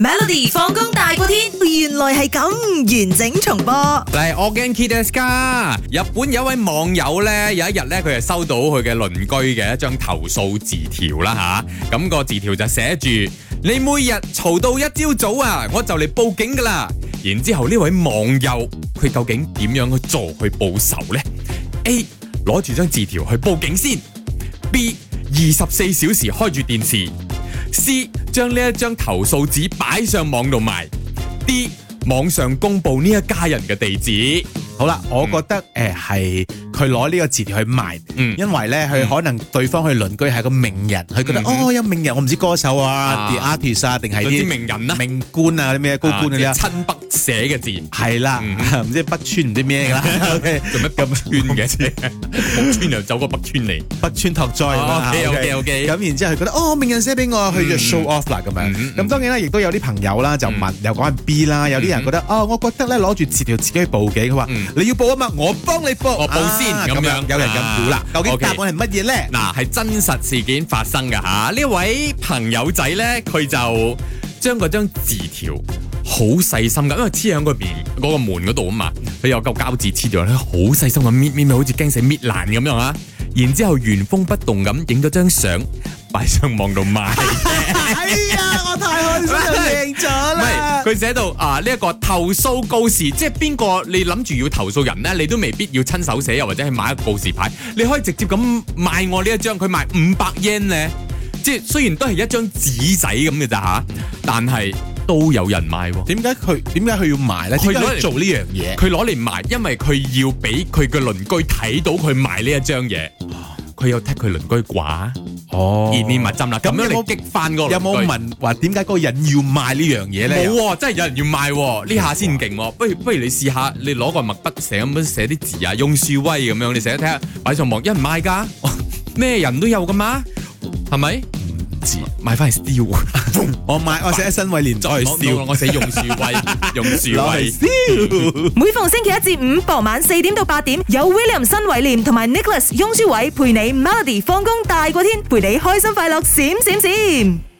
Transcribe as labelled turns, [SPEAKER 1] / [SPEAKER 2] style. [SPEAKER 1] Melody 放工大過天，原來係咁完整重播。
[SPEAKER 2] 嚟 Organ k i d e s 家，日本有一位網友咧，有一日咧，佢係收到佢嘅鄰居嘅一張投訴字條啦吓，咁、個字條就寫住：你每日嘈到一朝早啊，我就嚟報警噶啦。然之後呢位網友佢究竟點樣去做去報仇呢？A 攞住張字條去報警先，B 二十四小時開住電視，C 將呢一張投訴紙擺上網度賣。D 網上公布呢一家人嘅地址，
[SPEAKER 3] 好啦，我覺得誒係佢攞呢個字條去賣，
[SPEAKER 2] 嗯
[SPEAKER 3] 因為咧佢可能對方佢鄰居係個名人，佢覺得
[SPEAKER 2] 嗯嗯
[SPEAKER 3] 哦有名人，我唔知歌手啊、
[SPEAKER 2] 啊
[SPEAKER 3] the artist 啊，定係
[SPEAKER 2] 嗰啲
[SPEAKER 3] 啲
[SPEAKER 2] 名人啦，
[SPEAKER 3] 名官啊、啲咩高官嗰啲
[SPEAKER 2] 啊
[SPEAKER 3] 啊
[SPEAKER 2] 即係，親筆寫嘅字，
[SPEAKER 3] 係啦，
[SPEAKER 2] 嗯
[SPEAKER 3] 唔知北川唔知 咩㗎啦，OK，
[SPEAKER 2] 做咩北村嘅啫？北村又走過北村嚟，
[SPEAKER 3] 北川拓哉咁樣啊
[SPEAKER 2] OK，OK，OK
[SPEAKER 3] OK 咁然之後佢覺得哦名人寫俾我，佢就
[SPEAKER 2] 哦嗯
[SPEAKER 3] show off 啦咁
[SPEAKER 2] 嗯
[SPEAKER 3] 樣。
[SPEAKER 2] 嗯
[SPEAKER 3] 咁當然啦，亦都有啲朋友啦就問，又講係 B 啦，有啲人覺得哦，我覺得咧攞住字條自己去報警，佢話
[SPEAKER 2] 嗯
[SPEAKER 3] 你要報啊嘛，我幫你報，
[SPEAKER 2] 我報先
[SPEAKER 3] 啊
[SPEAKER 2] 咁樣
[SPEAKER 3] 有人咁估啦
[SPEAKER 2] 啊。
[SPEAKER 3] 究竟
[SPEAKER 2] OK
[SPEAKER 3] 答案係乜嘢咧？
[SPEAKER 2] 嗱係真實事件發生㗎吓。呢位朋友仔呢，佢就將嗰張字條好細心㗎，因為黐喺個邊嗰個門嗰度啊嘛，佢有嚿膠紙黐住，佢好細心咁搣搣搣，好似驚死搣爛咁樣啊！然之後原封不動咁影咗張相擺上網度賣。
[SPEAKER 3] 哎 呀，我太開心就贏咗
[SPEAKER 2] 唔係，！佢寫到啊呢一、個投訴告示，即係邊個你諗住要投訴人咧，你都未必要親手寫，又或者係買一個告示牌，你可以直接咁賣我呢一張，佢賣五百 yen 咧，即係雖然都係一張紙仔咁嘅咋吓，但係都有人買喎。
[SPEAKER 3] 點解佢點解佢要賣咧？
[SPEAKER 2] 佢
[SPEAKER 3] 點解
[SPEAKER 2] 攞嚟
[SPEAKER 3] 佢做呢樣嘢？
[SPEAKER 2] 佢攞嚟賣，因為佢要俾佢嘅鄰居睇到佢賣呢一張嘢，佢又踢佢鄰居寡，
[SPEAKER 3] 哦
[SPEAKER 2] 以免物浸啦，咁樣
[SPEAKER 3] 咁有
[SPEAKER 2] 嚟
[SPEAKER 3] 冇
[SPEAKER 2] 激翻個鄰居。
[SPEAKER 3] 有冇問話點解嗰個人要賣呢樣嘢咧？
[SPEAKER 2] 冇喎、真係有人要賣喎、呢下先勁喎。不如不如你試下，你攞個墨筆寫咁樣寫啲字啊，用樹威咁樣，你寫睇下，擺上網，有人買㗎， 咩人都有㗎嘛，係咪？
[SPEAKER 3] 唔知，
[SPEAKER 2] 買翻去 燒，
[SPEAKER 3] 我買我寫新偉連再去
[SPEAKER 2] 我我
[SPEAKER 3] 笑，
[SPEAKER 2] 我寫用樹威， 用樹
[SPEAKER 3] 攞
[SPEAKER 2] 威
[SPEAKER 3] 去。笑。
[SPEAKER 1] 每逢星期一至五傍晚四點到八點，有 William 新偉廉同埋 Nicholas 雍舒偉陪你 Melody 放工大過天，陪你開心快樂閃閃閃。